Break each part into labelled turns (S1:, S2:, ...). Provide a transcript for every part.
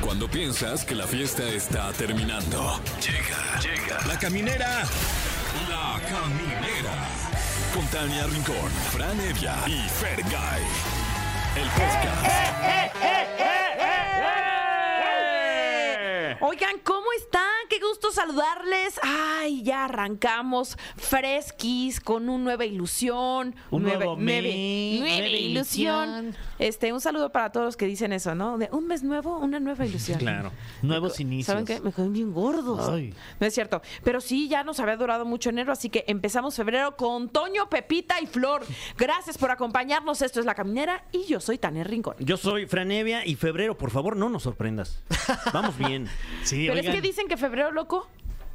S1: Cuando piensas que la fiesta está terminando. Llega, llega. La caminera. La caminera. Con Tania Rincón, Fran Evia y Fer El podcast.
S2: Oigan, ¿cómo están? Qué gusto saludarles. Ay, ya arrancamos fresquis con una nueva ilusión.
S3: Un nuevo mes,
S2: nueva
S3: nueva
S2: ilusión.
S3: ilusión.
S2: Este, un saludo para todos los que dicen eso, ¿no? De un mes nuevo, una nueva ilusión.
S3: Claro. Nuevos inicios.
S2: ¿Saben qué? Me quedan bien gordos.
S3: Ay.
S2: No es cierto. Pero sí, ya nos había durado mucho enero, así que empezamos febrero con Toño, Pepita y Flor. Gracias por acompañarnos. Esto es La Caminera y yo soy Tania Rincón.
S3: Yo soy Franevia y febrero, por favor, no nos sorprendas. Vamos bien. Sí,
S2: Pero es que dicen que febrero loco.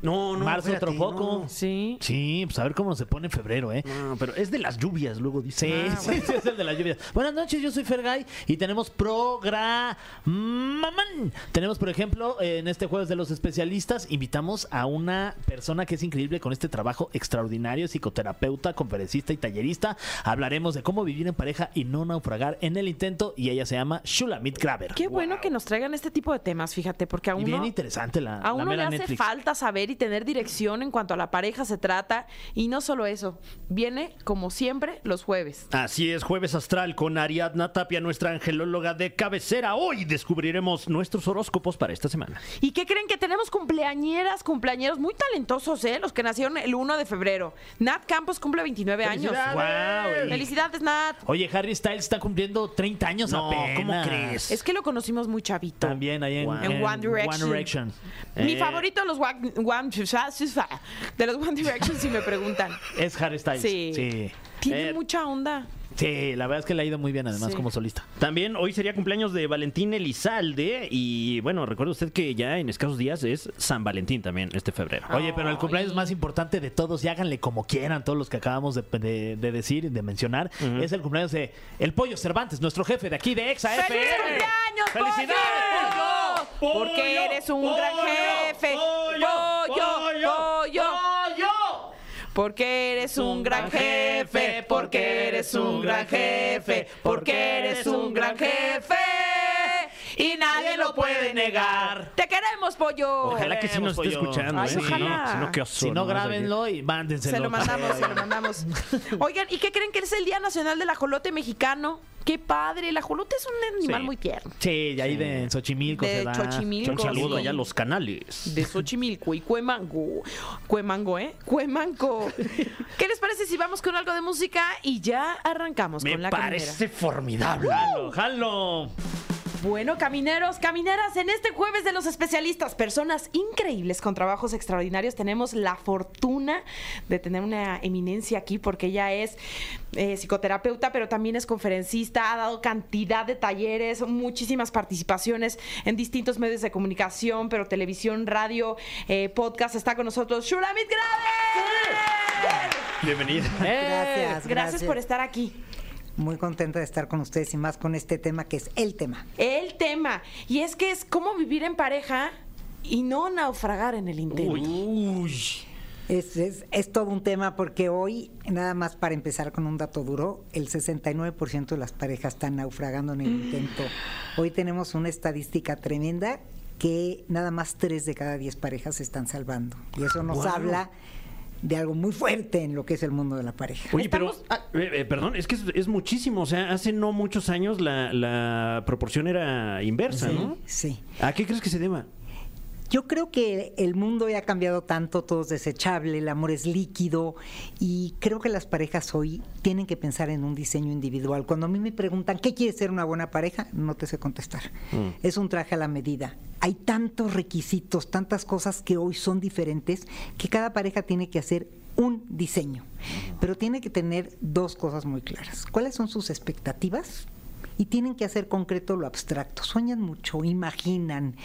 S3: No, no.
S4: Marzo
S3: espérate,
S4: otro poco.
S3: no.
S2: Sí.
S4: Sí, pues a ver cómo se pone en febrero, ¿eh?
S3: No, pero es de las lluvias, luego dice.
S4: Sí,
S2: Ah,
S4: sí, sí, es el de la lluvia. Buenas noches, yo soy Fergay y tenemos programamán. Tenemos, por ejemplo, en este jueves de los especialistas, invitamos a una persona que es increíble con este trabajo extraordinario, psicoterapeuta, conferencista y tallerista. Hablaremos de cómo vivir en pareja y no naufragar en el intento y ella se llama Shulamit Graver.
S2: Qué bueno que nos traigan este tipo de temas, fíjate, porque a
S4: Y bien
S2: uno,
S4: interesante la,
S2: a
S4: la
S2: uno le
S4: mera
S2: hace
S4: Netflix.
S2: falta saber y tener dirección en cuanto a la pareja se trata. Y no solo eso, viene como siempre los jueves.
S3: Así es, jueves astral con Ariadna Tapia, nuestra angelóloga de cabecera. Hoy descubriremos nuestros horóscopos para esta semana.
S2: ¿Y qué creen que tenemos cumpleañeras, cumpleañeros muy talentosos, eh? Los que nacieron el 1 de febrero. Nat Campos cumple 29 años.
S4: ¡Felicidades!
S3: ¡Guau!
S2: Felicidades, Nat.
S4: Oye, Harry Styles está cumpliendo 30 años
S3: No,
S4: apenas.
S3: ¿cómo crees?
S2: Es que lo conocimos muy chavito.
S4: También ahí en,
S3: Wow.
S2: En One Direction. Mi
S3: Eh.
S2: favorito de los One, One- de los One Direction, si me preguntan.
S4: Es Harry Styles.
S2: Sí.
S4: Sí.
S2: Tiene
S3: Eh,
S2: mucha onda.
S4: Sí, la verdad es que le ha ido muy bien además
S2: Sí.
S4: como solista.
S3: También hoy sería cumpleaños de Valentín Elizalde y bueno, recuerde usted que ya en escasos días es San Valentín también este febrero.
S4: Oye, pero el cumpleaños
S2: Ay.
S4: más importante de todos, y háganle como quieran todos los que acabamos de, de- de decir, de mencionar, es el cumpleaños de El Pollo Cervantes, nuestro jefe de aquí de Exa
S2: ¡Feliz
S4: FM.
S2: cumpleaños,
S4: ¡Felicidades,
S2: pollo! Porque eres un gran jefe. Pollo, pollo. Porque eres un gran jefe, porque eres un gran jefe, porque eres un gran jefe. Y nadie lo puede negar. ¡Te queremos, pollo!
S3: Ojalá que sí nos esté
S4: Pollo.
S3: escuchando.
S2: Ay,
S3: ¿eh? Si no-
S2: ojalá.
S3: Si no, qué oso,
S4: Si no,
S3: vas a creer.
S4: grábenlo y mándenselo.
S2: Se lo mandamos, se lo mandamos. Oigan, ¿y qué creen que es el Día Nacional del Ajolote Mexicano? ¡Qué padre! El ajolote es un animal
S3: Sí.
S2: muy tierno.
S4: Sí, y ahí
S3: Sí.
S4: de Xochimilco
S2: De
S4: se da.
S2: Xochimilco.
S3: Un saludo
S2: Sí.
S3: allá a los canales.
S2: de Xochimilco y Cuemango. Cuemango, ¿eh? Cuemanco. ¿Qué les parece si vamos con algo de música y ya arrancamos con
S3: Me
S2: la
S3: parece formidable.
S4: ¡Jalo, jalo!
S2: caminera? Bueno, camineros, camineras, en este jueves de los especialistas, personas increíbles con trabajos extraordinarios, tenemos la fortuna de tener una eminencia aquí porque ella es eh, psicoterapeuta, pero también es conferencista, ha dado cantidad de talleres, muchísimas participaciones en distintos medios de comunicación, pero televisión, radio, eh, podcast. Está con nosotros Shulamit Graves.
S3: Bienvenida.
S5: Gracias,
S2: Gracias, por estar aquí.
S5: Muy contenta de estar con ustedes y más con este tema que es el tema.
S2: El tema, y es que es cómo vivir en pareja y no naufragar en el intento.
S5: Es, es, es todo un tema porque hoy, nada más para empezar con un dato duro, el 69% de las parejas están naufragando en el intento. Hoy tenemos una estadística tremenda que nada más 3 de cada 10 parejas se están salvando. Y eso nos
S3: Guau.
S5: habla de algo muy fuerte en lo que es el mundo de la pareja.
S3: Oye,
S2: Estamos-
S3: pero, eh, eh, perdón, es que es, es muchísimo. O sea, hace no muchos años la, la proporción era inversa, ¿no?
S5: Sí.
S3: ¿A qué crees que se deba?
S5: Yo creo que el mundo ya ha cambiado tanto, todo es desechable, el amor es líquido y creo que las parejas hoy tienen que pensar en un diseño individual. Cuando a mí me preguntan, ¿qué quiere ser una buena pareja? No te sé contestar. Es un traje a la medida. Hay tantos requisitos, tantas cosas que hoy son diferentes que cada pareja tiene que hacer un diseño. Pero tiene que tener dos cosas muy claras. ¿Cuáles son sus expectativas? Y tienen que hacer concreto lo abstracto. Sueñan mucho, imaginan,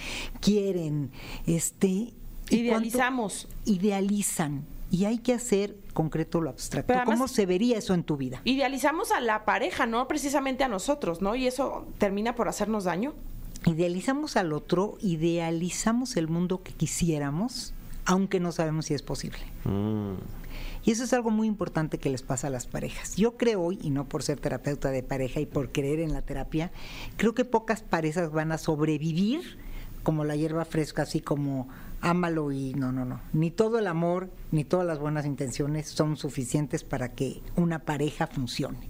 S5: quieren, este. ¿y cuánto-
S2: Idealizamos.
S5: Idealizan. Y hay que hacer concreto lo abstracto.
S2: Pero además-
S5: ¿Cómo se vería eso en tu vida?
S2: Idealizamos a la pareja, no precisamente a nosotros, ¿no? Y eso termina por hacernos daño.
S5: Idealizamos al otro, idealizamos el mundo que quisiéramos, aunque no sabemos si es posible. Y eso es algo muy importante que les pasa a las parejas. Yo creo hoy, y no por ser terapeuta de pareja y por creer en la terapia, creo que pocas parejas van a sobrevivir como la hierba fresca, así como ámalo y no, no, no. Ni todo el amor, ni todas las buenas intenciones son suficientes para que una pareja funcione.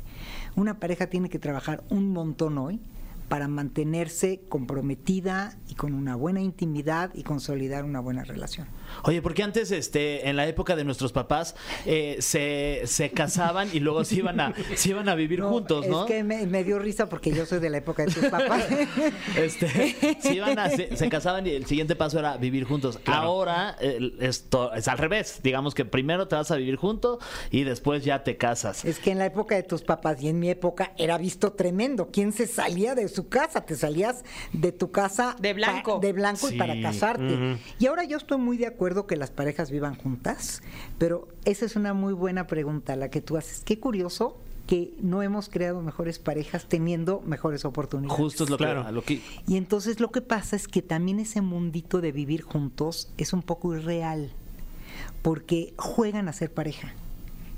S5: Una pareja tiene que trabajar un montón hoy para mantenerse comprometida y con una buena intimidad y consolidar una buena relación.
S4: Oye, porque antes, este, en la época de nuestros papás, eh, se, se casaban y luego se iban a, se iban a vivir juntos, ¿no?
S5: Es que me, me dio risa porque yo soy de la época de tus papás.
S4: Este, se, iban a- se- se casaban y el siguiente paso era vivir juntos. Ahora eh, esto es al revés. Digamos que primero te vas a vivir juntos y después ya te casas.
S5: Es que en la época de tus papás y en mi época era visto tremendo. ¿Quién se salía de su casa? Te salías de tu casa
S2: De blanco.
S5: pa- de blanco
S4: Sí,
S5: y para casarte.
S3: ujú.
S5: Y ahora yo estoy muy de acuerdo que las parejas vivan juntas, pero esa es una muy buena pregunta la que tú haces. Qué curioso que no hemos creado mejores parejas teniendo mejores oportunidades.
S4: Justo es lo,
S3: Claro.
S4: que, a lo que-
S5: Y entonces lo que pasa es que también ese mundito de vivir juntos es un poco irreal, porque juegan a ser pareja,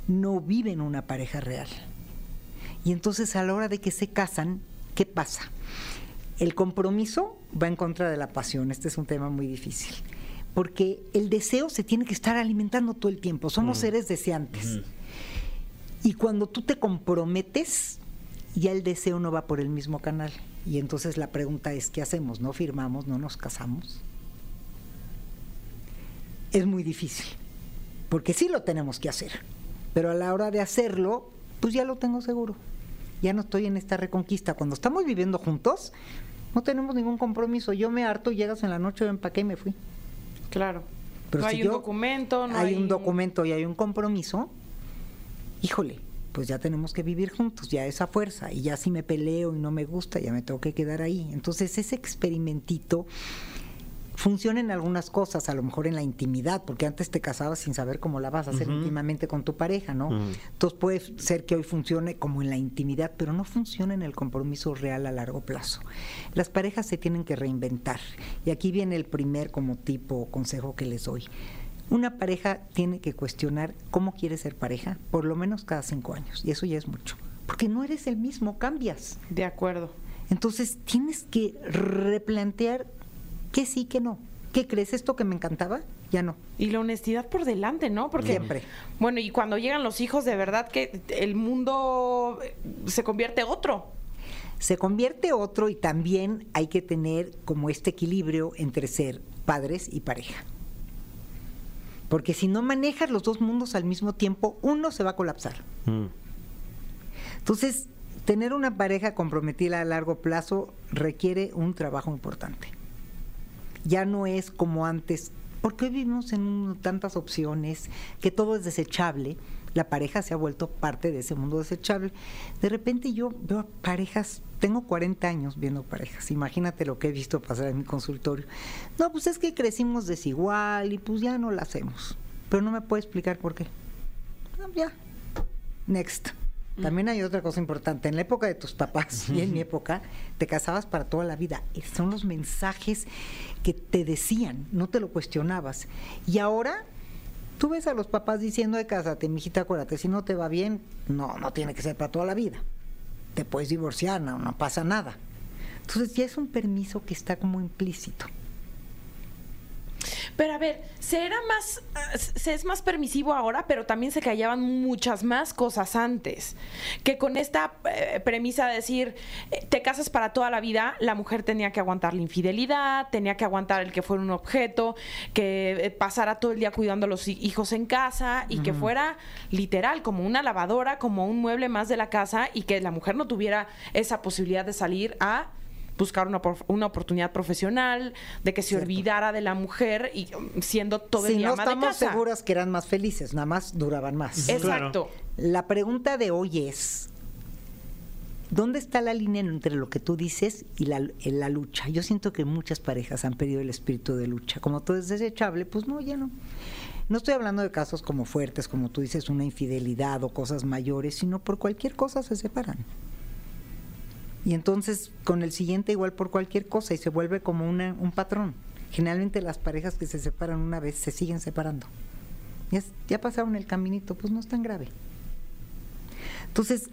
S5: no viven una pareja real. Y entonces a la hora de que se casan, ¿qué pasa? El compromiso va en contra de la pasión, este es un tema muy difícil, porque el deseo se tiene que estar alimentando todo el tiempo, somos seres deseantes. Y cuando tú te comprometes, ya el deseo no va por el mismo canal. Y entonces la pregunta es, ¿qué hacemos? ¿No firmamos? ¿No nos casamos? Es muy difícil, porque sí lo tenemos que hacer. Pero a la hora de hacerlo, pues ya lo tengo seguro. Ya no estoy en esta reconquista. Cuando estamos viviendo juntos, no tenemos ningún compromiso. Yo me harto, llegas en la noche, yo empaqué y me fui.
S2: Claro.
S5: Pero
S2: no
S5: si
S2: hay
S5: yo-
S2: un documento, no
S5: hay, un documento y hay un compromiso, híjole, pues ya tenemos que vivir juntos, ya esa fuerza, y ya si me peleo y no me gusta, ya me tengo que quedar ahí. Entonces ese experimentito funciona en algunas cosas, a lo mejor en la intimidad, porque antes te casabas sin saber cómo la vas a hacer íntimamente con tu pareja, ¿no? Entonces puede ser que hoy funcione como en la intimidad, pero no funciona en el compromiso real a largo plazo. Las parejas se tienen que reinventar. Y aquí viene el primer como tipo o consejo que les doy. Una pareja tiene que cuestionar cómo quiere ser pareja, por lo menos cada cinco años, y eso ya es mucho. Porque no eres el mismo, cambias.
S2: De acuerdo.
S5: Entonces tienes que replantear qué sí, qué no. ¿Qué crees? ¿Esto que me encantaba? Ya no.
S2: Y la honestidad por delante, ¿no? Porque
S5: Siempre.
S2: Bueno, y cuando llegan los hijos, de verdad que el mundo eh, se convierte otro.
S5: Se convierte otro y también hay que tener como este equilibrio entre ser padres y pareja. Porque si no manejas los dos mundos al mismo tiempo, uno se va a colapsar.
S3: Mm.
S5: Entonces, tener una pareja comprometida a largo plazo requiere un trabajo importante. Ya no es como antes, porque hoy vivimos en un- tantas opciones que todo es desechable. La pareja se ha vuelto parte de ese mundo desechable. De repente yo veo parejas, tengo 40 años viendo parejas, imagínate lo que he visto pasar en mi consultorio. No, pues es que crecimos desigual y pues ya no la hacemos. Pero no me puedo explicar por qué. No, ya, Next.
S2: Mm.
S5: También hay otra cosa importante. En la época de tus papás y en mi época, te casabas para toda la vida. Eh, Son los mensajes que te decían, no te lo cuestionabas. Y ahora tú ves a los papás diciendo, de cásate, mijita, acuérdate, si no te va bien, no, no tiene que ser para toda la vida. Te puedes divorciar, no, no pasa nada. Entonces ya es un permiso que está como implícito.
S2: Pero a ver, se era más, eh, se es más permisivo ahora, pero también se callaban muchas más cosas antes. Que con esta eh, premisa de decir, eh, te casas para toda la vida, la mujer tenía que aguantar la infidelidad, tenía que aguantar el que fuera un objeto, que eh, pasara todo el día cuidando a los hi- hijos en casa y que fuera literal como una lavadora, como un mueble más de la casa y que la mujer no tuviera esa posibilidad de salir a buscar una, por- una oportunidad profesional, de que se
S5: Cierto.
S2: olvidara de la mujer y um, siendo todo el
S5: si
S2: día
S5: no
S2: ama de
S5: estamos
S2: casa.
S5: seguras que eran más felices, nada más duraban más.
S2: Exacto.
S5: La pregunta de hoy es, ¿dónde está la línea entre lo que tú dices y la, en la lucha? Yo siento que muchas parejas han perdido el espíritu de lucha. Como todo es desechable, pues no, ya no. No estoy hablando de casos como fuertes, como tú dices, una infidelidad o cosas mayores, sino por cualquier cosa se separan. Y entonces con el siguiente igual por cualquier cosa y se vuelve como una- un patrón. Generalmente las parejas que se separan una vez se siguen separando. Ya, es- ya pasaron el caminito, pues no es tan grave. Entonces,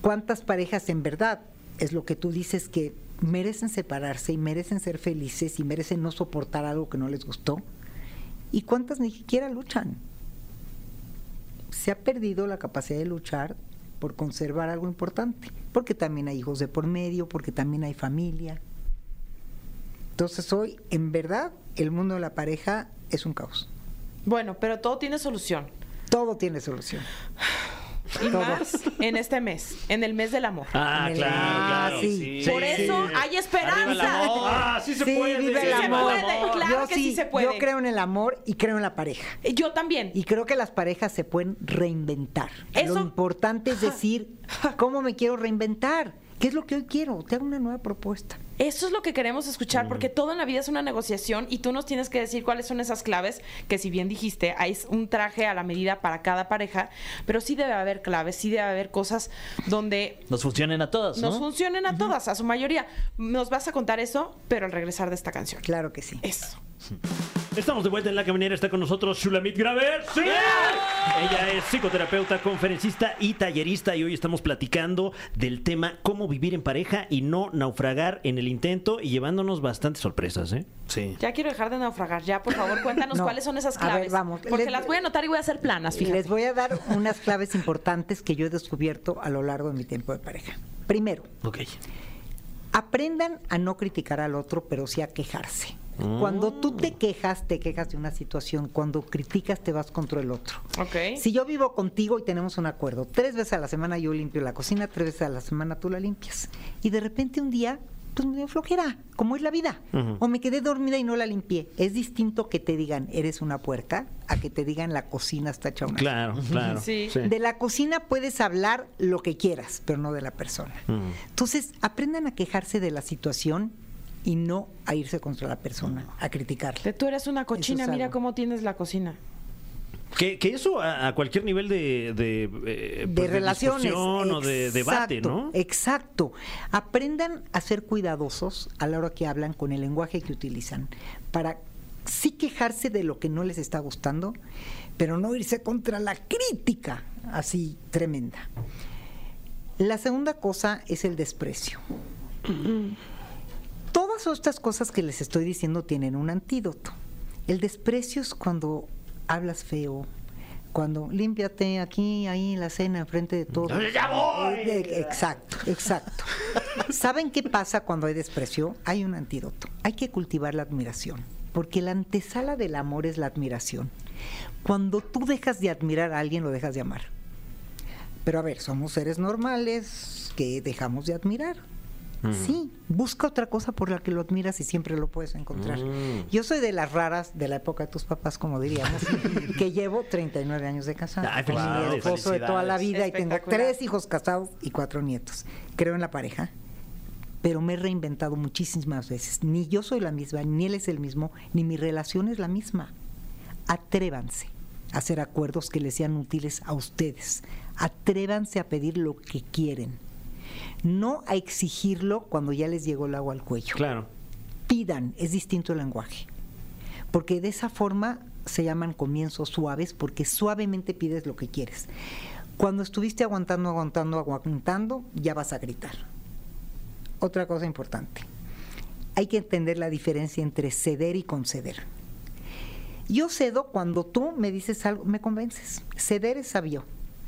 S5: ¿cuántas parejas en verdad es lo que tú dices que merecen separarse y merecen ser felices y merecen no soportar algo que no les gustó. ¿Y cuántas ni siquiera luchan? Se ha perdido la capacidad de luchar por conservar algo importante, porque también hay hijos de por medio, porque también hay familia. Entonces hoy, en verdad, el mundo de la pareja es un caos.
S2: Bueno, pero todo tiene solución.
S5: Todo tiene solución.
S2: Y más en este mes, en el mes del amor.
S3: Ah,
S5: Ándale.
S3: claro,
S5: Ah,
S3: claro.
S5: sí.
S2: Por eso hay
S3: Arriba el
S2: esperanza.
S3: amor. Ah, sí se
S5: Sí,
S3: puede.
S5: vive el
S2: se
S5: amor.
S2: puede, claro
S5: yo
S2: que sí se puede.
S5: Yo creo en el amor y creo en la pareja.
S2: Eh, Yo también.
S5: Y creo que las parejas se pueden reinventar.
S2: Eso-
S5: Lo importante es decir, ¿cómo me quiero reinventar? ¿Qué es lo que hoy quiero? Te hago una nueva propuesta.
S2: Eso es lo que queremos escuchar, porque todo en la vida es una negociación y tú nos tienes que decir cuáles son esas claves, que si bien dijiste, hay un traje a la medida para cada pareja, pero sí debe haber claves, sí debe haber cosas donde
S4: Nos funcionen a todas,
S2: nos
S4: ¿no?
S2: funcionen a todas, a su mayoría. Nos vas a contar eso, pero al regresar de esta canción.
S5: Claro que sí.
S2: Eso.
S3: Estamos de vuelta en La Caminera, está con nosotros Shulamit Graver. ¡Sí! Ella es psicoterapeuta, conferencista y tallerista y hoy estamos platicando del tema cómo vivir en pareja y no naufragar en el intento y llevándonos bastantes sorpresas, ¿eh?
S4: Sí.
S2: Ya quiero dejar de naufragar, ya, por favor, cuéntanos
S5: No.
S2: cuáles son esas
S5: A ver,
S2: claves.
S5: vamos.
S2: Porque
S5: Les-
S2: las voy a anotar y voy a hacer planas,
S5: Y
S2: fíjate.
S5: les voy a dar unas claves importantes que yo he descubierto a lo largo de mi tiempo de pareja. Primero,
S4: Ok.
S5: Aprendan a no criticar al otro, pero sí a quejarse. Cuando tú
S2: Mm.
S5: te quejas, te quejas de una situación. Cuando criticas, te vas contra el otro.
S2: Ok.
S5: Si yo vivo contigo y tenemos un acuerdo, tres veces a la semana yo limpio la cocina, tres veces a la semana tú la limpias. Y de repente un día, pues me dio flojera, como es la vida. O me quedé dormida y no la limpié. Es distinto que te digan, eres una puerca, a que te digan, la cocina está hecha una
S3: Claro, claro.
S2: Sí.
S5: de la cocina puedes hablar lo que quieras, pero no de la persona. Entonces, aprendan a quejarse de la situación y no a irse contra la persona, a criticarla.
S2: De tú eres una cochina,
S5: Eso es
S2: mira
S5: algo.
S2: cómo tienes la cocina.
S3: Que, que eso a, a cualquier nivel de... De, eh, pues,
S5: de relaciones.
S3: discusión o de debate,
S5: Exacto,
S3: ¿no?
S5: Exacto. Aprendan a ser cuidadosos a la hora que hablan con el lenguaje que utilizan para sí quejarse de lo que no les está gustando, pero no irse contra la crítica así tremenda. La segunda cosa es el desprecio. Todas estas cosas que les estoy diciendo tienen un antídoto. El desprecio es cuando hablas feo, cuando límpiate aquí, ahí en la cena, enfrente de todos.
S3: ¡Ya voy!
S5: Eh, eh, Exacto, exacto. ¿Saben qué pasa cuando hay desprecio? Hay un antídoto. Hay que cultivar la admiración, porque la antesala del amor es la admiración. Cuando tú dejas de admirar a alguien, lo dejas de amar. Pero a ver, somos seres normales que dejamos de admirar. Sí, busca otra cosa por la que lo admiras y siempre lo puedes encontrar. Yo soy de las raras de la época de tus papás, como diríamos, que llevo 39 años de casada.
S3: Ay,
S5: con mi
S3: felicidades,
S5: esposo de toda la vida y tengo
S2: Espectacular.
S5: tres hijos casados y cuatro nietos. Creo en la pareja, pero me he reinventado muchísimas veces. Ni yo soy la misma, ni él es el mismo, ni mi relación es la misma. Atrévanse a hacer acuerdos que les sean útiles a ustedes. Atrévanse a pedir lo que quieren. No a exigirlo cuando ya les llegó el agua al cuello.
S3: Claro.
S5: Pidan, es distinto el lenguaje. Porque de esa forma se llaman comienzos suaves porque suavemente pides lo que quieres. Cuando estuviste aguantando, aguantando, aguantando, ya vas a gritar. Otra cosa importante. Hay que entender la diferencia entre ceder y conceder. Yo cedo cuando tú me dices algo, me convences. Ceder es sabio.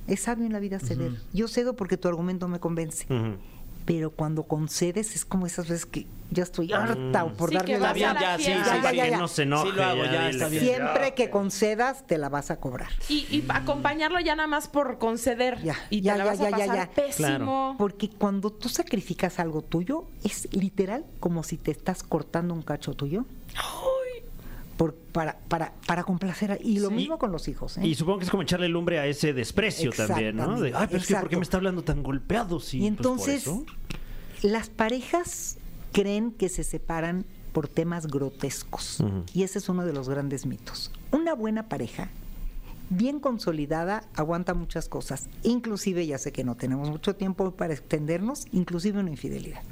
S5: Es sabio en la vida ceder. Yo cedo porque tu argumento me convence.
S3: Ujú.
S5: Pero cuando concedes es como esas veces que ya estoy harta o por
S2: Sí,
S5: darle
S2: que
S5: la
S2: vas a
S5: vuelta.
S2: la
S4: Mm. ya, sí,
S2: fiesta.
S5: sí, Ya, ya,
S3: Que
S5: ya.
S3: no se enoje.
S4: Sí lo hago, ya,
S3: dile
S4: está
S3: que-
S4: bien.
S5: Siempre que concedas te la vas a cobrar.
S2: Y, y acompañarlo ya nada más por conceder.
S5: Mm. Ya,
S2: y te
S5: ya,
S2: la
S5: ya,
S2: vas a
S5: ya, ya,
S2: pasar
S5: ya.
S2: pésimo.
S5: Porque cuando tú sacrificas algo tuyo, es literal como si te estás cortando un cacho tuyo. Por- para, para, para complacer. a- y lo
S3: Sí.
S5: mismo con los hijos. ¿eh?
S3: Y supongo que es como echarle lumbre a ese desprecio también, ¿no? De, ay, pero es que ¿por qué
S5: Exactamente.
S3: me está hablando tan golpeado? Sí,
S5: Y
S3: pues, por
S5: entonces,
S3: eso.
S5: las parejas creen que se separan por temas grotescos.
S3: Ujú.
S5: Y ese es uno de los grandes mitos. Una buena pareja, bien consolidada, aguanta muchas cosas. Inclusive, ya sé que no tenemos mucho tiempo para extendernos, inclusive una infidelidad.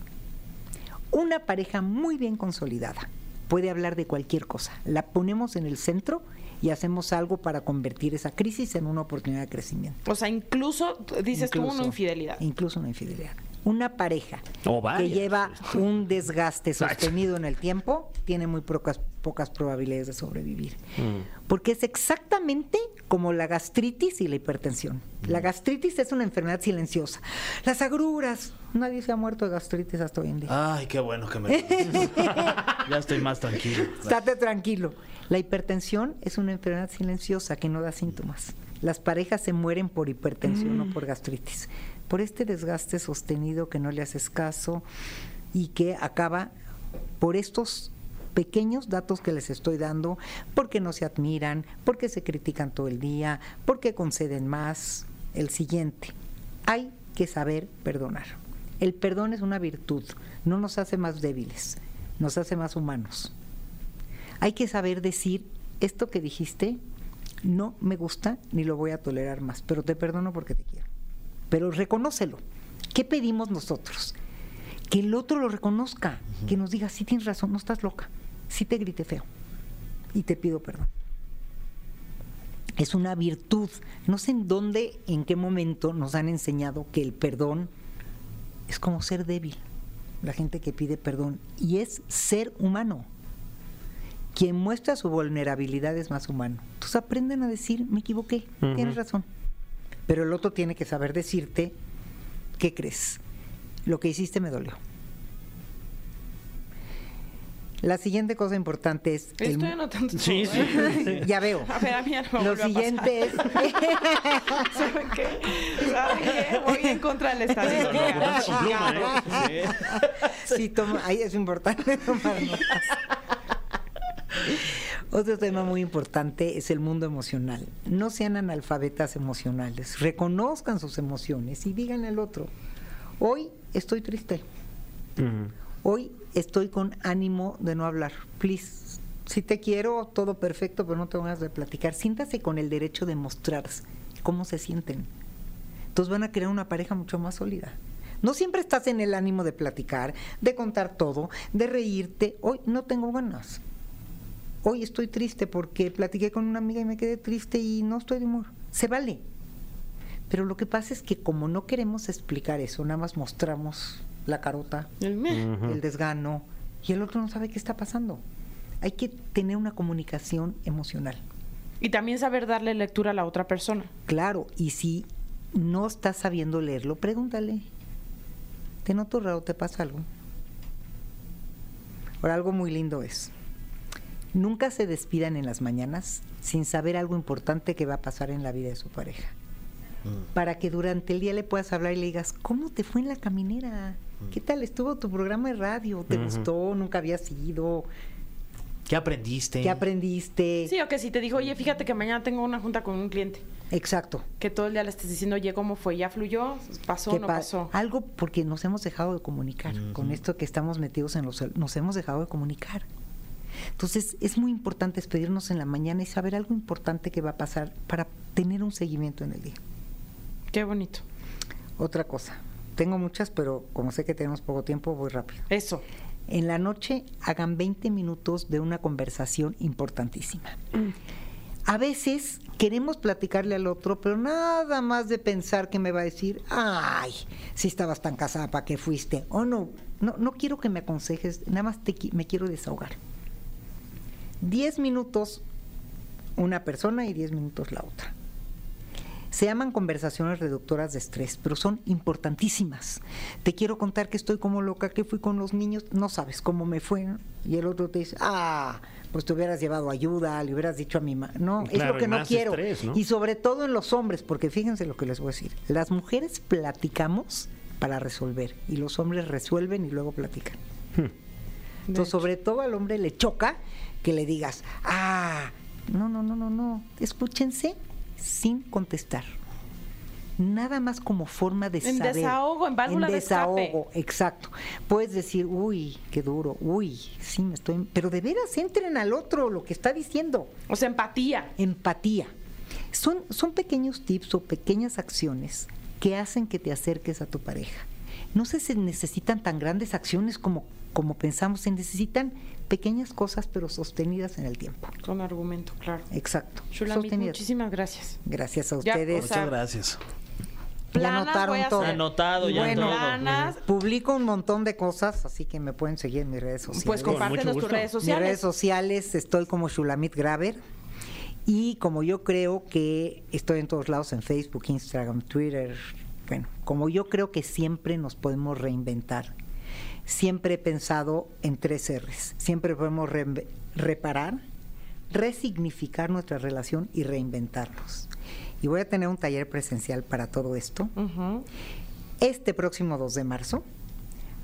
S5: Una pareja muy bien consolidada puede hablar de cualquier cosa. La ponemos en el centro y hacemos algo para convertir esa crisis en una oportunidad de crecimiento.
S2: O sea, incluso dices tú
S5: Incluso,
S2: una infidelidad.
S5: Incluso una infidelidad. Una pareja
S3: O
S5: que
S3: varias.
S5: lleva un desgaste sostenido en el tiempo tiene muy pocas, pocas probabilidades de sobrevivir. Porque es exactamente como la gastritis y la hipertensión. La gastritis es una enfermedad silenciosa. Las agruras, nadie se ha muerto de gastritis hasta hoy en día.
S4: Ay, qué bueno que me. ya estoy más tranquilo.
S5: Estate tranquilo. La hipertensión es una enfermedad silenciosa que no da síntomas. Las parejas se mueren por hipertensión o por gastritis, por este desgaste sostenido que no le haces caso y que acaba por estos pequeños datos que les estoy dando, porque no se admiran, porque se critican todo el día, porque conceden más. El siguiente, hay que saber perdonar. El perdón es una virtud, no nos hace más débiles, nos hace más humanos hay que saber decir esto que dijiste no me gusta ni lo voy a tolerar más, pero te perdono porque te quiero. Pero reconócelo. ¿Qué pedimos nosotros? Que el otro lo reconozca, que nos diga, sí tienes razón, no estás loca, sí te grité feo y te pido perdón. Es una virtud. No sé en dónde, en qué momento nos han enseñado que el perdón es como ser débil, la gente que pide perdón, y es ser humano quien muestra su vulnerabilidad es más humano. Entonces aprenden a decir, me equivoqué, tienes razón. Pero el otro tiene que saber decirte, ¿qué crees? Lo que hiciste me dolió. La siguiente cosa importante es... el
S2: Estoy
S5: mu-
S2: anotando.
S3: Sí,
S2: todo,
S3: sí.
S2: ¿eh?
S5: ya veo.
S2: A ver, a mí ya no me
S5: Lo
S2: vuelve a pasar.
S5: siguiente es...
S2: ¿Saben qué? ¿Saben qué? Voy en contra de la estadística.
S3: Lo apuntaste con pluma,
S2: Chingado.
S3: ¿eh? Sí.
S5: Sí, toma, ahí es importante tomar notas. Otro tema muy importante es el mundo emocional. No sean analfabetas emocionales. Reconozcan sus emociones y digan al otro, hoy estoy triste, hoy estoy con ánimo de no hablar. Please, si te quiero, todo perfecto, pero no tengo ganas de platicar. Siéntase con el derecho de mostrar cómo se sienten. Entonces van a crear una pareja mucho más sólida. No siempre estás en el ánimo de platicar, de contar todo, de reírte. Hoy no tengo ganas. Hoy estoy triste porque platiqué con una amiga y me quedé triste y no estoy de humor. Se vale. Pero lo que pasa es que como no queremos explicar eso, nada más mostramos la carota,
S2: El
S3: Mm.
S2: me-
S5: el desgano, y el otro no sabe qué está pasando. Hay que tener una comunicación emocional.
S2: Y también saber darle lectura a la otra persona.
S5: Claro, y si no estás sabiendo leerlo, pregúntale. ¿Te noto raro? ¿Te pasa algo? Ahora, algo muy lindo es, nunca se despidan en las mañanas sin saber algo importante que va a pasar en la vida de su pareja.
S4: Mm.
S5: Para que durante el día le puedas hablar y le digas, ¿cómo te fue en la caminera? ¿Qué tal estuvo tu programa de radio? ¿Te gustó? ¿Nunca habías ido?
S4: ¿Qué aprendiste?
S5: ¿Qué aprendiste?
S2: Sí, o que si te dijo, oye, fíjate que mañana tengo una junta con un cliente.
S5: Exacto.
S2: Que todo el día le estés diciendo, oye, ¿cómo fue? ¿Ya fluyó? ¿Pasó?
S5: que
S2: ¿No
S5: pa- Ah.
S2: pasó?
S5: Algo porque nos hemos dejado de comunicar. Con esto que estamos metidos en los... Nos hemos dejado de comunicar. Entonces, es muy importante despedirnos en la mañana y saber algo importante que va a pasar para tener un seguimiento en el día.
S2: Qué bonito.
S5: Otra cosa. Tengo muchas, pero como sé que tenemos poco tiempo, voy rápido.
S2: Eso.
S5: En la noche hagan 20 minutos de una conversación importantísima. A veces queremos platicarle al otro, pero nada más de pensar que me va a decir, ay, si estabas tan casada, ¿para qué fuiste? O no, no, no quiero que me aconsejes, nada más te qui- me quiero desahogar. 10 minutos una persona y 10 minutos la otra. Se llaman conversaciones reductoras de estrés, pero son importantísimas. Te quiero contar que estoy como loca, que fui con los niños, no sabes cómo me fue. ¿no? Y el otro te dice, ah, pues te hubieras llevado ayuda, le hubieras dicho a mi mamá. No, es
S3: Claro,
S5: lo que
S3: y
S5: no
S3: más
S5: quiero.
S3: estrés, ¿no?
S5: Y sobre todo en los hombres, porque fíjense lo que les voy a decir. Las mujeres platicamos para resolver y los hombres resuelven y luego platican. Entonces, sobre todo al hombre le choca que le digas, ah, no, no, no, no, no, escúchense sin contestar. Nada más como forma de
S2: En
S5: saber.
S2: desahogo, en válvula
S5: En
S2: de escape.
S5: desahogo, exacto. Puedes decir, uy, qué duro, uy, sí, me estoy... Pero de veras, entren al otro lo que está diciendo
S2: O sea, empatía.
S5: empatía. Son, son pequeños tips o pequeñas acciones que hacen que te acerques a tu pareja. No se se necesitan tan grandes acciones como, como pensamos, se necesitan pequeñas cosas pero sostenidas en el tiempo.
S2: Con argumento, claro.
S5: Exacto.
S2: Shulamit,
S5: sostenidas.
S2: muchísimas gracias.
S5: Gracias a
S2: Ya,
S5: ustedes.
S2: o sea,
S4: Muchas gracias.
S2: Planas
S5: anotaron
S2: voy a
S5: todo.
S2: hacer.
S6: Anotado ya
S5: Bueno,
S6: todo.
S2: Planas.
S5: Publico un montón de cosas, así que me pueden seguir en mis redes sociales.
S2: Pues compártenos
S3: gusto.
S2: tus redes
S5: Mis redes
S2: sociales.
S5: sociales estoy como Shulamit Graver. Y como yo creo que estoy en todos lados, en Facebook, Instagram, Twitter, bueno, como yo creo que siempre nos podemos reinventar, siempre he pensado en tres R's. Siempre podemos reinve- reparar, resignificar nuestra relación y reinventarnos. Y voy a tener un taller presencial para todo esto
S2: Ujú.
S5: este próximo 2 de marzo.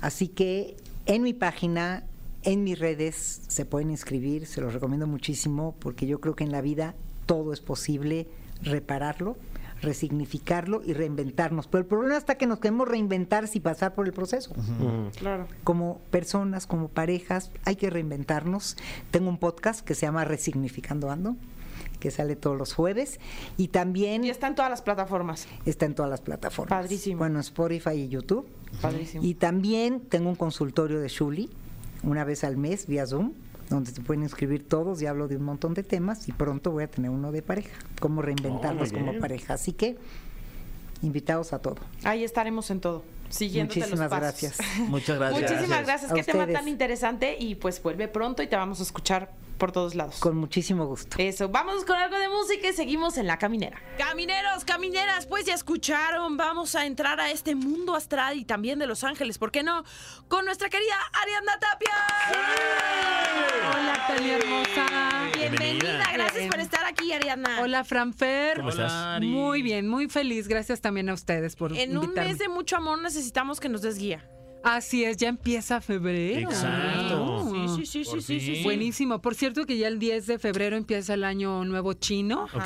S5: Así que en mi página, en mis redes, se pueden inscribir, se los recomiendo muchísimo porque yo creo que en la vida todo es posible repararlo, resignificarlo y reinventarnos. Pero el problema está que nos queremos reinventar sin pasar por el proceso
S3: Mm.
S2: Claro.
S5: como personas, como parejas, hay que reinventarnos. Tengo un podcast que se llama Resignificando Ando, que sale todos los jueves y también
S2: Y está en todas las plataformas.
S5: está en todas las plataformas.
S2: Padrísimo.
S5: Bueno, Spotify y YouTube.
S2: Padrísimo.
S5: Y también tengo un consultorio de Shuli, una vez al mes, vía Zoom, donde se pueden inscribir todos y hablo de un montón de temas y pronto voy a tener uno de pareja, cómo reinventarnos
S3: Oh, muy
S5: como
S3: bien.
S5: pareja. Así que, invitados a todo.
S2: Ahí estaremos en todo, siguiéndote los
S5: Muchísimas
S2: pasos.
S5: gracias.
S6: Muchas gracias.
S2: Muchísimas gracias.
S5: A
S2: Qué tema
S5: ustedes.
S2: tan interesante y pues vuelve pronto y te vamos a escuchar por todos lados.
S5: Con muchísimo gusto.
S2: Eso, vamos con algo de música y seguimos en la caminera. Camineros, camineras, pues ya escucharon, vamos a entrar a este mundo astral y también de Los Ángeles, ¿por qué no? Con nuestra querida Ariadna Tapia.
S7: Hola, Tania hermosa.
S2: Bienvenida, gracias
S7: Bien.
S2: por estar aquí, Ariadna.
S7: Hola, Franfer.
S4: ¿Cómo estás? Hola,
S6: Ari.
S7: Muy bien, muy feliz. Gracias también a ustedes por
S2: En un
S7: invitarme.
S2: mes de mucho amor necesitamos que nos des guía.
S7: Así es, ya empieza febrero.
S4: Exacto.
S7: Ah,
S2: Sí, sí, sí, sí, sí, sí, sí.
S7: Buenísimo. Por cierto que ya el 10 de febrero empieza el año nuevo chino.
S4: Ok.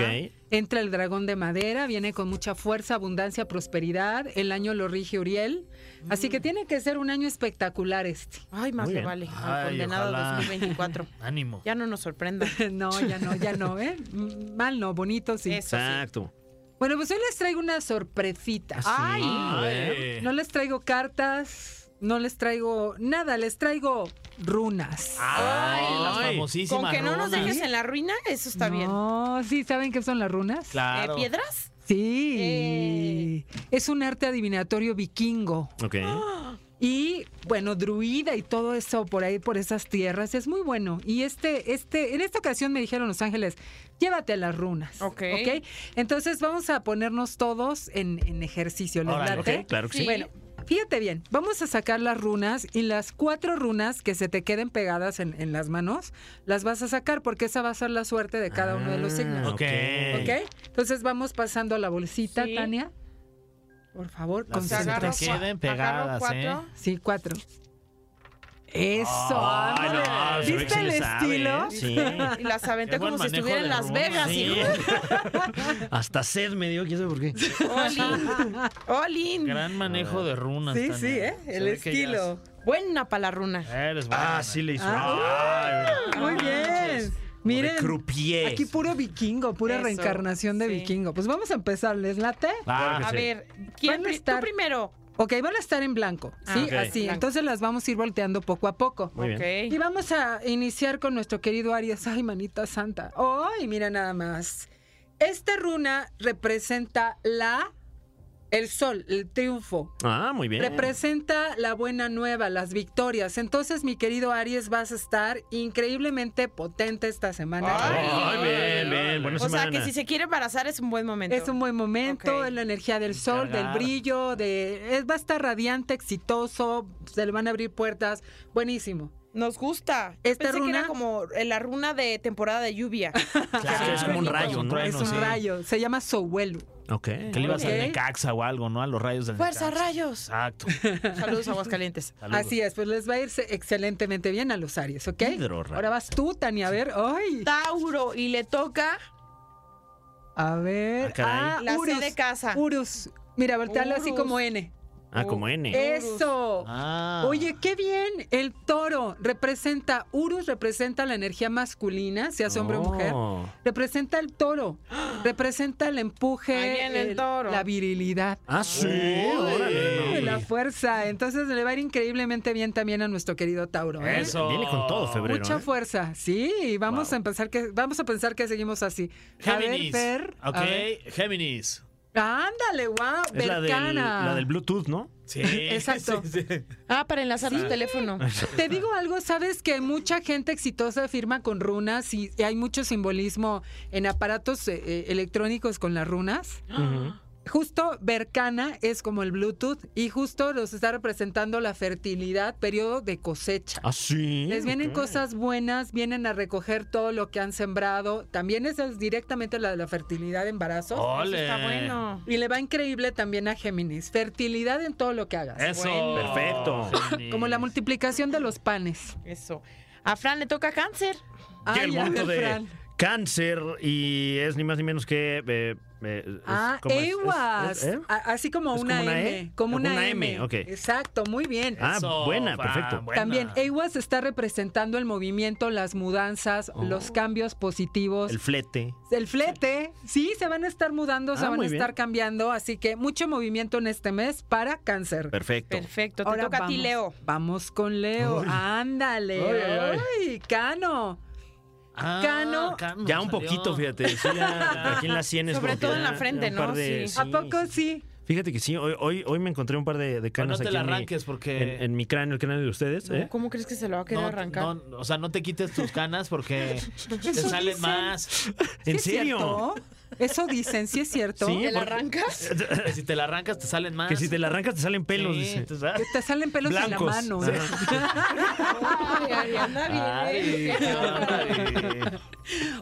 S7: Entra el dragón de madera, viene con mucha fuerza, abundancia, prosperidad. El año lo rige Uriel. Así
S2: Mm.
S7: que tiene que ser un año espectacular este.
S2: Ay, más
S4: Muy
S2: le
S4: bien.
S2: vale. Al
S6: Ay,
S2: condenado
S6: ojalá.
S2: 2024.
S4: Ánimo.
S2: Ya no nos sorprenda.
S7: No, ya no, ya no, ¿eh? Mal no, bonito sí.
S2: Eso sí.
S3: Exacto.
S7: Bueno, pues hoy les traigo una sorpresita.
S4: Ah,
S2: Ay,
S3: ¿eh?
S6: Ay.
S7: No les traigo cartas, no les traigo nada, les traigo runas.
S2: Ah,
S6: Ay, las
S4: Ay.
S6: famosísimas
S2: con que no nos
S6: runas.
S2: dejes en la ruina, eso está bien.
S7: No, sí, ¿saben qué son las runas?
S6: Claro.
S2: ¿Eh, ¿Piedras?
S7: Sí.
S2: Eh.
S7: Es un arte adivinatorio vikingo.
S3: Ok.
S7: Y bueno, druida y todo eso por ahí, por esas tierras, es muy bueno. Y este, este, en esta ocasión me dijeron Los Ángeles, llévate las runas.
S2: Ok.
S7: ¿Ok? Entonces vamos a ponernos todos en, en ejercicio. ¿Les
S6: Órale,
S7: late?
S3: ok, claro que sí.
S7: Bueno, fíjate bien, vamos a sacar las runas y las cuatro runas que se te queden pegadas en, en las manos, las vas a sacar porque esa va a ser la suerte de cada uno de
S4: Ah,
S7: los signos.
S6: ok.
S7: ¿Ok? Entonces vamos pasando a la bolsita,
S2: Sí.
S7: Tania. Por favor,
S6: Las Se
S7: concentra.
S6: te queden
S2: agarro
S6: pegadas, ¿eh?
S2: cuatro.
S7: Sí, cuatro. Eso,
S4: Ay,
S7: ándale.
S4: no, se ve que
S7: ¿Viste
S4: sí
S7: el
S4: le sabe,
S7: estilo?
S4: ¿eh? Sí.
S2: Y las aventé
S6: Qué buen
S2: como si
S6: manejo
S2: estuviera
S6: de
S2: en Las
S6: runas,
S2: Vegas,
S6: sí.
S2: hijo.
S3: Hasta sed me dio, quién sabe por qué.
S2: Olin. Olin.
S6: Gran manejo de runas.
S7: Sí,
S6: Tania.
S7: sí, ¿eh?
S6: Se
S7: El
S6: ve que ya
S7: estilo.
S2: Buena para la runa.
S6: Eres buena.
S3: Ah, sí le hizo.
S7: Ah, Muy bien. Miren,
S3: croupier.
S7: aquí puro vikingo, pura
S2: Eso,
S7: reencarnación de
S2: sí.
S7: vikingo. Pues vamos a empezar, ¿les late?
S3: Ah,
S6: Va.
S2: A ver, ¿quién
S7: Van a
S2: pri-
S7: estar-
S2: tú primero?
S7: Ok, van a estar en blanco, ¿sí?
S2: Ah, ok.
S7: Así,
S2: Blanco.
S7: entonces las vamos a ir volteando poco a poco.
S3: Muy bien.
S7: Y
S2: Ok.
S7: vamos a iniciar con nuestro querido Aries. Ay, manita santa. Ay, mira nada más. Esta runa representa la... El sol, el triunfo.
S3: Ah, muy bien.
S7: Representa la buena nueva, las victorias. Entonces, mi querido Aries, vas a estar increíblemente potente esta semana.
S2: Ay,
S3: Ay, bien, bien. Buena
S2: O sea,
S3: semana.
S2: que si se quiere embarazar es un buen momento.
S7: Es un buen momento,
S2: Ok.
S7: es la energía del sol,
S6: Cargar.
S7: del brillo, de es- va a estar radiante, exitoso, se le van a abrir puertas, buenísimo.
S2: Nos gusta.
S7: Esta
S2: Pensé que era
S7: runa-
S2: como eh, la runa de temporada de lluvia.
S6: Claro,
S3: Sí, es como un rayo, ¿no?
S7: es un
S6: sí.
S7: rayo, se llama Sowelu.
S3: Ok.
S6: Que le ibas
S7: Ok.
S6: al Necaxa o algo, ¿no? A los rayos del
S2: Fuerza,
S6: Necaxa.
S2: rayos.
S6: Exacto.
S2: Saludos, Aguascalientes.
S6: Saludos.
S7: Así es, pues les va a irse excelentemente bien a los Aries, ¿ok?
S3: Hidrorrayo.
S7: Ahora vas tú, Tania, a ver, ay,
S2: Tauro y le toca
S7: a ver,
S3: Ah, caray.
S7: ah,
S2: la C
S7: Urus,
S2: de casa.
S7: Urus. Mira, voltealo así
S2: Urus.
S7: como N.
S3: Ah, como N.
S7: Eso.
S6: Ah.
S7: Oye, qué bien. El toro representa, Urus representa la energía masculina, seas hombre o mujer.
S3: Oh.
S7: Representa el toro, representa el empuje,
S2: Ahí viene el toro.
S7: la virilidad.
S3: Ah, sí.
S6: Uy.
S3: Órale.
S7: La fuerza. Entonces le va a ir increíblemente bien también a nuestro querido Tauro. ¿eh?
S6: Eso.
S3: Viene con todo, febrero.
S7: Mucha
S3: ¿eh?
S7: fuerza. Sí, vamos
S3: Wow.
S7: a empezar que vamos a pensar que seguimos así. A ver,
S6: Géminis.
S7: Fer, a
S6: ok,
S7: ver.
S6: Géminis.
S7: Ándale, wow,
S3: Es la del,
S7: Bercana.
S3: la del Bluetooth, ¿no?
S6: Sí.
S7: Exacto.
S6: sí, sí.
S2: Ah, para enlazar tu teléfono.
S7: Te digo algo, sabes que mucha gente exitosa firma con runas y y hay mucho simbolismo en aparatos eh, eh, electrónicos con las runas. Justo Bercana es como el Bluetooth y justo nos está representando la fertilidad, periodo de cosecha.
S6: Ah, sí.
S7: Les vienen cosas buenas, vienen a recoger todo lo que han sembrado. También esa es directamente la de la fertilidad de embarazos.
S2: Eso
S6: Ole.
S2: está bueno.
S7: Y le va increíble también a Géminis. Fertilidad en todo lo que hagas.
S6: Eso.
S2: Bueno.
S3: Perfecto.
S6: Géminis.
S7: Como la multiplicación de los panes.
S2: Eso. A Fran le toca cáncer.
S3: Que el
S7: Ay, a
S3: mundo
S7: ver,
S3: de
S7: Fran.
S3: cáncer y es ni más ni menos que... eh, eh, es-
S7: Ah,
S3: ¿cómo es? ¿Es-
S7: EWAS. Ah,
S3: es- eh?
S7: A- Así como
S3: ¿Es
S7: una,
S3: como una
S7: M.
S3: E?
S7: Como una,
S3: Una
S7: M.
S3: M, ok.
S7: Exacto, muy bien.
S3: Ah,
S6: Eso,
S3: buena,
S6: Fran,
S3: perfecto.
S6: buena.
S7: También EWAS está representando el movimiento, las mudanzas, los cambios positivos.
S3: Oh. El flete.
S7: El flete, sí, se van a estar mudando, se
S3: Ah,
S7: van a
S3: muy bien.
S7: estar cambiando, así que mucho movimiento en este mes para cáncer.
S3: Perfecto.
S2: Perfecto. Te toca a ti,
S7: vamos-
S2: Leo.
S7: Vamos con Leo. Ándale.
S6: Ay, ay,
S7: Ay, Cano.
S6: Ah,
S7: Cano.
S4: Mm,
S3: Ya un
S6: salió.
S3: poquito, fíjate. sí, ya, aquí en las sienes.
S2: Sobre
S3: como que
S2: todo en
S3: ya-
S2: la frente,
S3: ya un par
S2: ¿no?
S3: de-
S2: Sí.
S7: ¿A poco sí?
S3: Fíjate que sí, hoy, hoy, hoy me encontré un par de, de
S6: Pero No
S3: canas
S6: te
S3: aquí
S6: la
S3: en mi-
S6: arranques porque.
S3: en, en mi cráneo, el cráneo de ustedes. ¿eh?
S2: ¿Cómo crees que se lo va a querer
S6: no,
S2: arrancar?
S6: no, o sea, no te quites tus canas porque te salen más.
S3: ¿En
S7: ¿Sí es
S3: serio?
S7: cierto? Eso dicen, sí es cierto.
S3: Sí.
S2: ¿Te la
S3: porque-
S2: arrancas?
S6: Que si te la arrancas, te salen más.
S3: Que si te la arrancas te salen pelos,
S6: Sí,
S3: dice.
S6: tú sabes.
S7: Te salen pelos en la
S3: Blancos.
S7: mano.
S2: Ay, Ariana, bien.
S6: Ay, ay.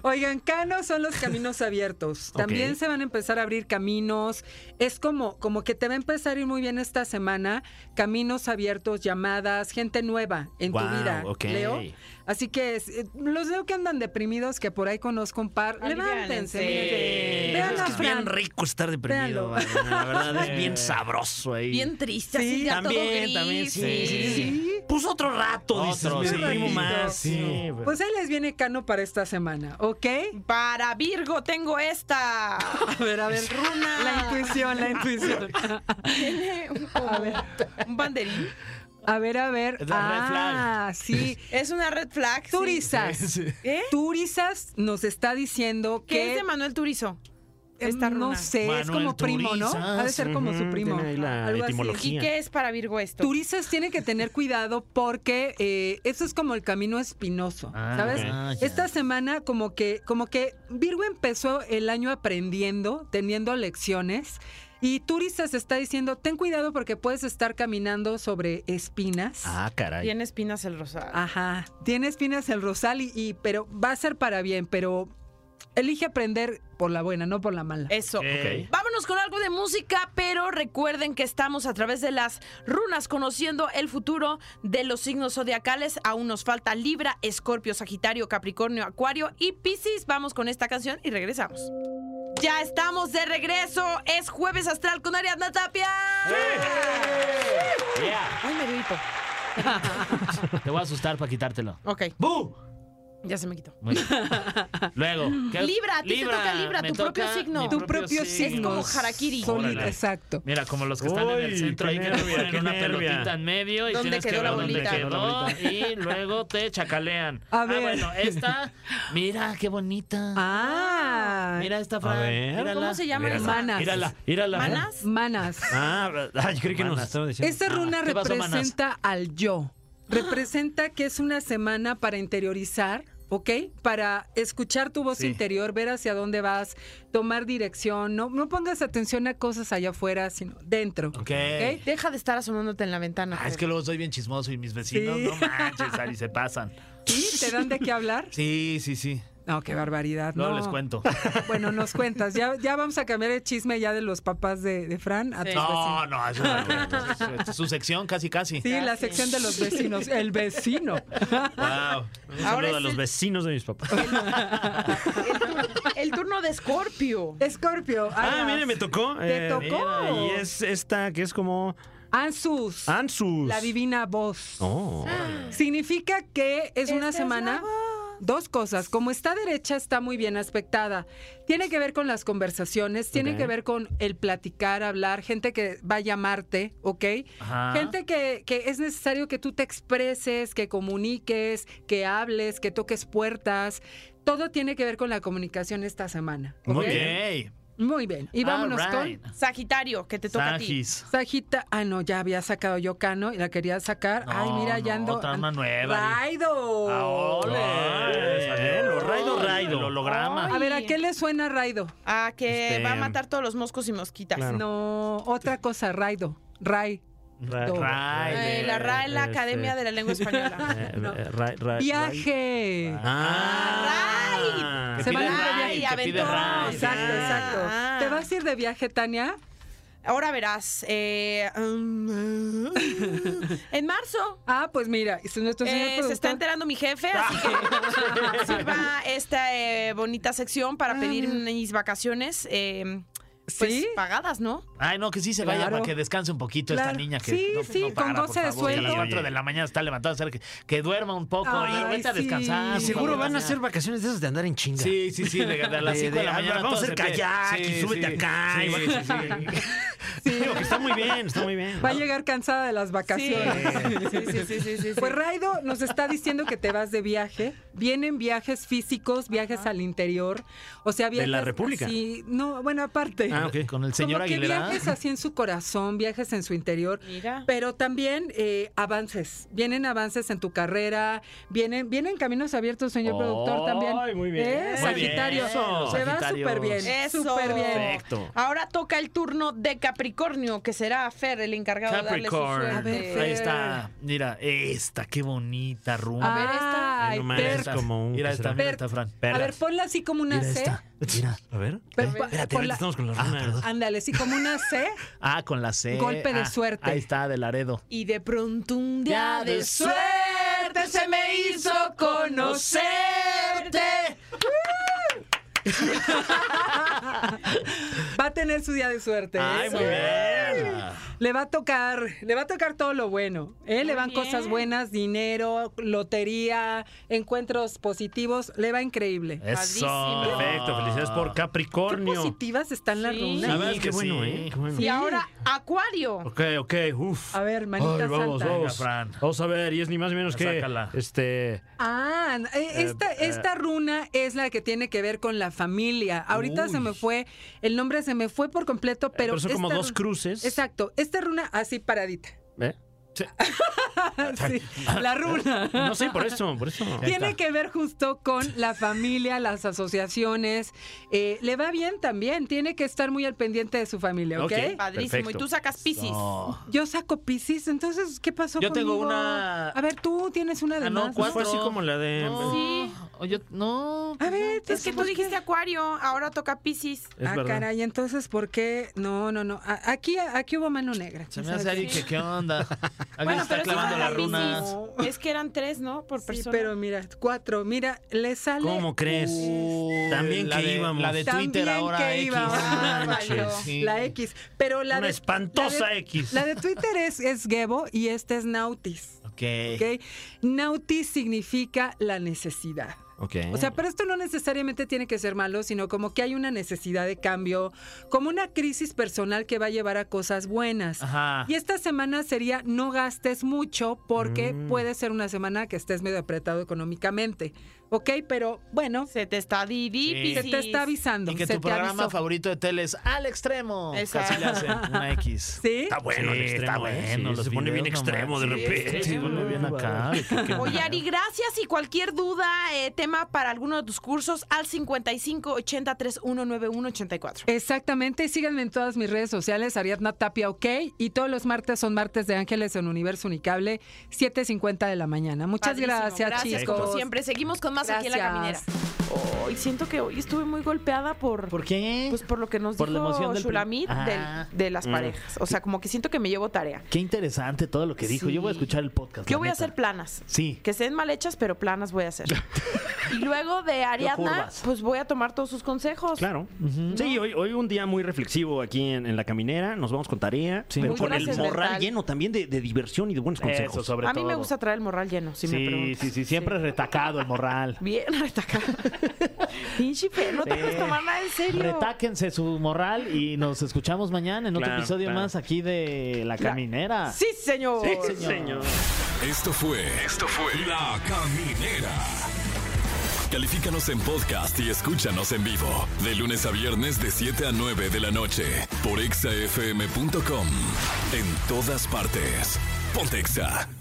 S7: Oigan, Cano son los caminos abiertos. También
S3: Ok.
S7: se van a empezar a abrir caminos. Es como, como que te va a empezar a ir muy bien esta semana. Caminos abiertos, llamadas, gente nueva en tu
S3: Guau,
S7: vida.
S3: ok.
S7: Leo. Así que es- eh, los veo que andan deprimidos, que por ahí conozco un par.
S2: Aliviánense.
S7: Levántense. miren.
S3: Eh,
S7: Vean
S3: es
S7: a
S3: que es
S7: Fran.
S3: bien rico estar deprimido.
S7: Véanlo.
S3: vale, La verdad es bien sabroso ahí.
S2: Bien triste, así
S7: Sí,
S2: ya todo
S3: también,
S2: gris.
S3: también, sí, sí, sí.
S7: Sí.
S3: Pues otro rato, dices,
S6: Otro,
S3: me
S6: sí.
S3: deprimo más.
S6: Sí.
S3: sí.
S7: Pues ahí les viene Cano para esta semana, ¿ok?
S2: Para Virgo tengo esta.
S7: A ver, a ver.
S2: Runa.
S7: La intuición, la intuición.
S2: Tiene un, como un banderín.
S7: A ver, a ver.
S6: Es la red flag.
S7: ah, sí.
S2: Es una red flag. sí.
S7: Turizas.
S2: ¿Eh?
S7: Turizas nos está diciendo
S2: ¿Qué es
S7: que
S2: de Manuel Turizo?
S7: eh,
S2: esta runa?
S7: no sé, es
S6: Manuel
S7: como primo, ¿no? Ha de ser como su
S3: Ujú,
S7: primo.
S3: tiene ahí la
S7: algo así.
S2: ¿Y
S3: etimología.
S2: qué es para Virgo esto?
S7: Turizas tiene que tener cuidado porque eh, eso es como el camino espinoso,
S6: Ah,
S7: ¿sabes?
S6: ya.
S7: Esta semana como que como que Virgo empezó el año aprendiendo, teniendo lecciones y Turizas está diciendo ten cuidado porque puedes estar caminando sobre espinas.
S3: Ah, caray.
S2: Tiene espinas el rosado.
S7: Ajá, tiene espinas el rosal y, y- pero va a ser para bien, pero elige aprender por la buena, no por la mala.
S2: Eso.
S3: Ok.
S2: Vámonos con algo de música, pero recuerden que estamos a través de las runas conociendo el futuro de los signos zodiacales. Aún nos falta Libra, Escorpio, Sagitario, Capricornio, Acuario y Piscis. Vamos con esta canción y regresamos. Ya estamos de regreso. Es jueves astral con Ariadna Tapia.
S6: Yeah.
S2: Ay, me dio hipo.
S6: Te voy a asustar para quitártelo.
S2: Ok,
S6: ¡Bu!
S2: ya se me quitó.
S6: Muy bien. Luego. ¿qué?
S2: Libra, a ti te toca Libra,
S6: me
S2: tu propio signo.
S6: mi
S2: Tu
S7: propio signo.
S2: Es como harakiri.
S7: Solid,
S6: Órale.
S7: exacto.
S6: Mira, como los que están en el
S3: Uy,
S6: centro
S3: qué
S6: ahí que te
S3: nervia,
S6: ponen
S3: qué
S6: una
S3: nervia.
S6: pelotita en medio y
S2: ¿Dónde
S6: tienes
S2: quedó
S6: que
S2: la
S6: ver dónde
S2: bolita?
S6: quedó y luego te chacalean.
S7: A
S6: Ah,
S7: ver.
S6: bueno, esta, mira qué bonita.
S7: Ah,
S6: Mira esta Fran.
S3: ver.
S6: mírala.
S2: ¿Cómo se llama?
S7: Mírala. Manas.
S6: Mírala, mírala.
S2: ¿Manas?
S7: manas.
S3: Ah, ah, yo creí que nos estaban diciendo.
S7: Esta runa
S6: Ah, ¿qué pasó, manas?
S7: representa al yo. Representa que es una semana para interiorizar, ¿ok? Para escuchar tu voz
S6: Sí.
S7: interior, ver hacia dónde vas, tomar dirección. No, no pongas atención a cosas allá afuera, sino dentro.
S6: Ok.
S7: ¿ok?
S2: Deja de estar asomándote en la ventana.
S6: Ah, es que
S2: Fer.
S6: luego soy bien chismoso y mis vecinos,
S7: Sí.
S6: no manches, Ari, se pasan.
S7: ¿Sí? ¿Te dan de qué hablar?
S6: Sí, sí, sí.
S7: No, qué barbaridad.
S6: Luego
S7: no. Pues
S6: les cuento.
S7: Bueno, nos cuentas. Ya, ya vamos a cambiar el chisme ya de los papás de, de Fran a tus
S6: No,
S7: vecinos.
S6: no, eso no. es- es Su sección casi, casi.
S7: Sí, la sección de los vecinos. El vecino.
S6: Wow.
S3: Un
S2: Ahora
S3: saludo a
S2: es
S3: los
S2: el-
S3: vecinos de mis papás.
S2: El, tur- el turno de Escorpio.
S7: Escorpio.
S3: Ah,
S7: Aras,
S3: mire, me tocó. eh,
S7: Te tocó.
S6: mira,
S3: Y es esta que es como
S7: Ansus.
S3: Ansus.
S7: La divina voz.
S3: Oh.
S7: Significa que es
S2: Esta
S7: una
S2: Este es la
S7: semana. Dos cosas, como está derecha, está muy bien aspectada. Tiene que ver con las conversaciones, tiene
S3: Ok.
S7: que ver con el platicar, hablar, gente que va a llamarte, ¿ok?
S6: Ajá.
S7: Gente que, que es necesario que tú te expreses, que comuniques, que hables, que toques puertas. Todo tiene que ver con la comunicación esta semana. ¿ok?
S6: Muy bien.
S7: Muy bien. Y vámonos
S6: Alright.
S7: con
S2: Sagitario, que te toca
S6: Sagis.
S7: Sagita. Ah, no, ya había sacado yo Cano y la quería sacar.
S6: No,
S7: Ay, mira, ya
S6: no,
S7: ando.
S6: otra una nueva, Ah,
S7: Raido.
S6: Ole,
S3: Lo raido, raido.
S6: El holograma.
S7: A ver, ¿a qué le suena Raido?
S2: a ti. Ah, que
S6: Este,
S2: va a matar todos los moscos y mosquitas.
S7: No, otra cosa, Raido. Ray.
S2: Eh, la RAE, la
S6: este.
S2: Academia de la Lengua Española.
S6: eh,
S7: Viaje.
S6: Ah,
S2: Ray.
S6: que
S7: Se
S6: pide
S7: van a ir de
S2: viaje
S6: Ray,
S2: y
S6: que pide
S2: aventón.
S6: Ray.
S7: Exacto,
S6: Sí.
S7: exacto.
S2: Ah.
S7: ¿Te vas a ir de viaje, Tania?
S2: Ahora verás. eh, um, en marzo.
S7: Ah, pues mira, es nuestro
S2: eh,
S7: señor
S2: se está
S7: productor.
S2: enterando mi jefe, así que sirva esta eh, bonita sección para pedir mis vacaciones eh, pues,
S7: Ah, ¿Sí?
S2: pagadas, ¿no?
S6: Ay, no, que sí se vaya
S7: Claro.
S6: para que descanse un poquito esta
S7: Claro.
S6: niña que
S7: Sí,
S6: no,
S7: sí,
S6: no para,
S7: con
S6: por
S7: goce de
S6: favor, que A las
S7: sueldo.
S6: 4 de la mañana está levantada, o sea, que, que duerma un poco
S7: Ay,
S6: y vete a
S7: sí.
S6: descansar.
S7: Y
S6: por
S8: Seguro
S6: favor.
S8: van a ser vacaciones de esas de andar en chinga.
S6: Sí, sí, sí, de, de a las
S8: De-
S6: 5 de,
S8: de,
S6: la
S8: "Ah,
S6: mañana.
S8: vamos a
S6: todo
S8: hacer
S6: se empieza".
S8: kayak y súbete acá y
S6: Sí, sí, sí.
S3: Digo que está muy bien, está muy bien.
S7: Va a llegar cansada de las vacaciones.
S2: Sí, sí, sí, sí, sí, sí.
S7: Pues Raido nos está diciendo que te vas de viaje. Vienen viajes físicos, viajes al interior. O sea, viajes.
S3: la República?
S7: Sí, no, bueno, aparte.
S6: Ah, ok. Con el señor
S7: Como que
S6: Aguilera.
S7: viajes así en su corazón, viajes en su interior.
S2: Mira.
S7: Pero también eh, avances. Vienen avances en tu carrera. Vienen, vienen caminos abiertos, señor productor, también.
S3: Ay, muy bien.
S7: ¿Eh?
S3: Muy
S7: Sagitario.
S3: bien, los
S7: Se va súper bien.
S2: Eso.
S7: Súper bien.
S3: Perfecto.
S2: Ahora toca el turno de Capricornio, que será Fer el encargado
S6: Capricorn.
S2: de darle su
S7: A ver,
S2: suerte.
S7: Fer.
S6: Ahí está. Mira, esta, qué bonita rumba.
S2: ver, esta.
S7: Ay,
S3: No manches,
S7: Fer.
S3: como un-
S6: Mira
S3: ¿qué
S6: esta,
S3: será?
S6: mira
S7: Perk.
S6: esta, Fran.
S7: A ver, ponla así como una
S8: Mira
S7: C.
S8: esta. Mira, a ver.
S7: Pero-
S8: Espérate,
S7: ponla-
S8: ahorita estamos con las
S6: Ah,
S8: runas.
S6: perdón.
S7: Ándale, sí, como una C.
S6: Ah, con la C.
S7: Golpe de
S6: Ah,
S7: suerte.
S6: Ahí está, de Laredo.
S2: Y de pronto un día
S6: Ya
S2: de
S6: de
S2: suerte se me hizo conocerte.
S7: Va a tener su día de suerte. ¿eh?
S6: Ay, muy
S7: Sí.
S6: bien.
S7: Le va a tocar, le va a tocar todo lo bueno. ¿eh? Le
S2: Muy
S7: van
S2: bien.
S7: cosas buenas, dinero, lotería, encuentros positivos. Le va increíble.
S6: Eso.
S2: Padrísimo.
S3: Perfecto, felicidades por
S7: Qué
S3: Capricornio.
S7: positivas están las
S2: Sí.
S7: runas.
S3: La verdad es
S6: Sí,
S3: que bueno,
S6: sí.
S3: ¿eh? Qué bueno.
S2: Y ahora, Acuario.
S3: Ok, ok, uff.
S7: A ver, manita
S3: vamos,
S7: santa.
S3: vamos.
S6: Venga, Fran.
S3: Vamos a ver, y es ni más ni menos que
S6: Sácala.
S3: este
S7: Ah, eh, esta,
S3: eh.
S7: esta runa es la que tiene que ver con la familia. Ahorita se me fue, el nombre se me fue por completo, pero.
S3: Eh, pero son como
S7: esta
S3: dos
S7: runa-
S3: cruces.
S7: Exacto, esta runa así paradita.
S3: ¿Eh?
S7: Sí, la runa.
S3: No sé, por eso, por eso.
S7: Tiene que ver justo con la familia, las asociaciones. Eh, le va bien también. Tiene que estar muy al pendiente de su familia, ¿ok?
S3: Ok.
S2: Padrísimo.
S3: Perfecto.
S2: Y tú sacas Piscis.
S6: No.
S7: Yo saco Piscis, entonces, ¿qué pasó
S6: Yo tengo
S7: conmigo?
S6: una-
S7: A ver, tú tienes una de
S6: Ah, no,
S7: más,
S6: cuatro.
S3: Fue así como la de.
S6: No.
S2: Sí.
S6: O yo- no.
S7: A ver,
S2: Es que tú
S7: ¿por qué?
S2: dijiste Acuario, ahora toca Piscis.
S3: Es
S7: ah,
S3: verdad.
S7: caray, entonces, ¿por qué? No, no, no. A- Aquí, aquí hubo mano negra.
S6: Se me
S7: ¿sabes?
S6: hace alguien que, ¿qué onda? Alguien
S2: Bueno,
S6: está
S2: pero sí
S6: clavando
S2: falta
S6: las
S2: Piscis.
S6: runas.
S2: Es que eran tres, ¿no? Por
S7: Sí,
S2: persona.
S7: pero mira, cuatro. Mira, le sale.
S3: ¿Cómo crees?
S6: Uy,
S3: Uh, También
S6: la
S3: que
S6: de-
S3: íbamos.
S6: La de
S7: También
S6: Twitter ahora.
S7: que
S6: X.
S7: íbamos.
S2: Ah,
S6: Manches.
S2: valió.
S6: Sí.
S7: La X. Pero la
S3: Una
S7: de-
S3: espantosa
S7: la de-
S3: X.
S7: La de Twitter es, es Gebo y este es Nautis.
S6: Ok.
S7: ¿ok? Nautis significa la necesidad.
S8: Ok.
S3: Eh.
S7: O sea, pero esto no necesariamente tiene que ser malo, sino como que hay una necesidad de cambio, como una crisis personal que va a llevar a cosas buenas.
S6: Ajá.
S7: Y esta semana sería no gastes mucho porque
S6: Mm.
S7: puede ser una semana que estés medio apretado económicamente. ¿Ok? Pero bueno,
S2: Se te está Didi,
S6: Sí.
S7: se
S2: Piscis.
S7: te está avisando.
S6: Y que
S7: se
S6: tu
S7: te
S6: programa
S7: avisó.
S6: favorito de tele es Al Extremo.
S2: Exacto.
S6: Así le hacen una X.
S7: ¿Sí?
S3: Está Ah, bueno el
S6: Sí,
S3: extremo.
S6: está
S3: ¿eh?
S6: bueno,
S3: Sí,
S6: los
S3: se pone bien
S6: videos, no
S3: extremo de
S6: manches.
S3: repente.
S6: Sí, se pone bien acá.
S2: Oye, Ari, gracias. Y cualquier duda, eh, tema para alguno de tus cursos, al 55 80 84
S7: Exactamente, y síganme en todas mis redes sociales, Ariadna Tapia OK, y todos los martes son martes de Ángeles en Universo Unicable, 7.50 de la mañana. Muchas
S2: Padrísimo.
S7: gracias,
S2: Gracias,
S7: chicos.
S2: como siempre. Seguimos con más aquí en La Caminera.
S7: Gracias.
S2: Hoy siento que hoy estuve muy golpeada por...
S4: ¿Por qué?
S2: Pues por lo que nos
S4: Por la
S2: dijo
S4: emoción del prim-
S2: Shulamit
S4: Ah.
S2: del- de las parejas. O sea, como que siento que me llevo tarea.
S4: Qué interesante todo lo que dijo. Yo voy a
S2: Sí.
S4: escuchar el podcast.
S2: Yo
S4: la
S2: voy a
S4: neta.
S2: hacer planas.
S4: Sí.
S2: Que sean mal hechas, pero planas voy a hacer. y luego de Ariadna,
S4: curvas.
S2: pues voy a tomar todos sus consejos.
S3: Claro. Sí, hoy, hoy un día muy reflexivo aquí en, en la caminera. Nos vamos con tarea, pero
S2: Muy
S3: con el
S2: trascendental.
S3: morral lleno también de, de diversión y de buenos consejos.
S4: Eso, sobre
S2: A mí me
S4: todo.
S2: gusta traer el morral lleno, si me
S4: Sí,
S2: preguntas.
S4: sí, sí, siempre retacado el morral.
S2: Bien, retaca. Pinche Fer, no te
S4: Sí.
S2: puedes tomar nada en serio.
S4: Retáquense su morral y nos escuchamos mañana en otro
S3: Claro,
S4: episodio
S3: claro.
S4: más aquí de La Caminera.
S2: Sí, señor.
S3: Sí, señor.
S1: Esto fue. Esto fue. La Caminera. Califícanos en podcast y escúchanos en vivo de lunes a viernes de 7 a 9 de la noche por exafm.com. En todas partes. Pontexa.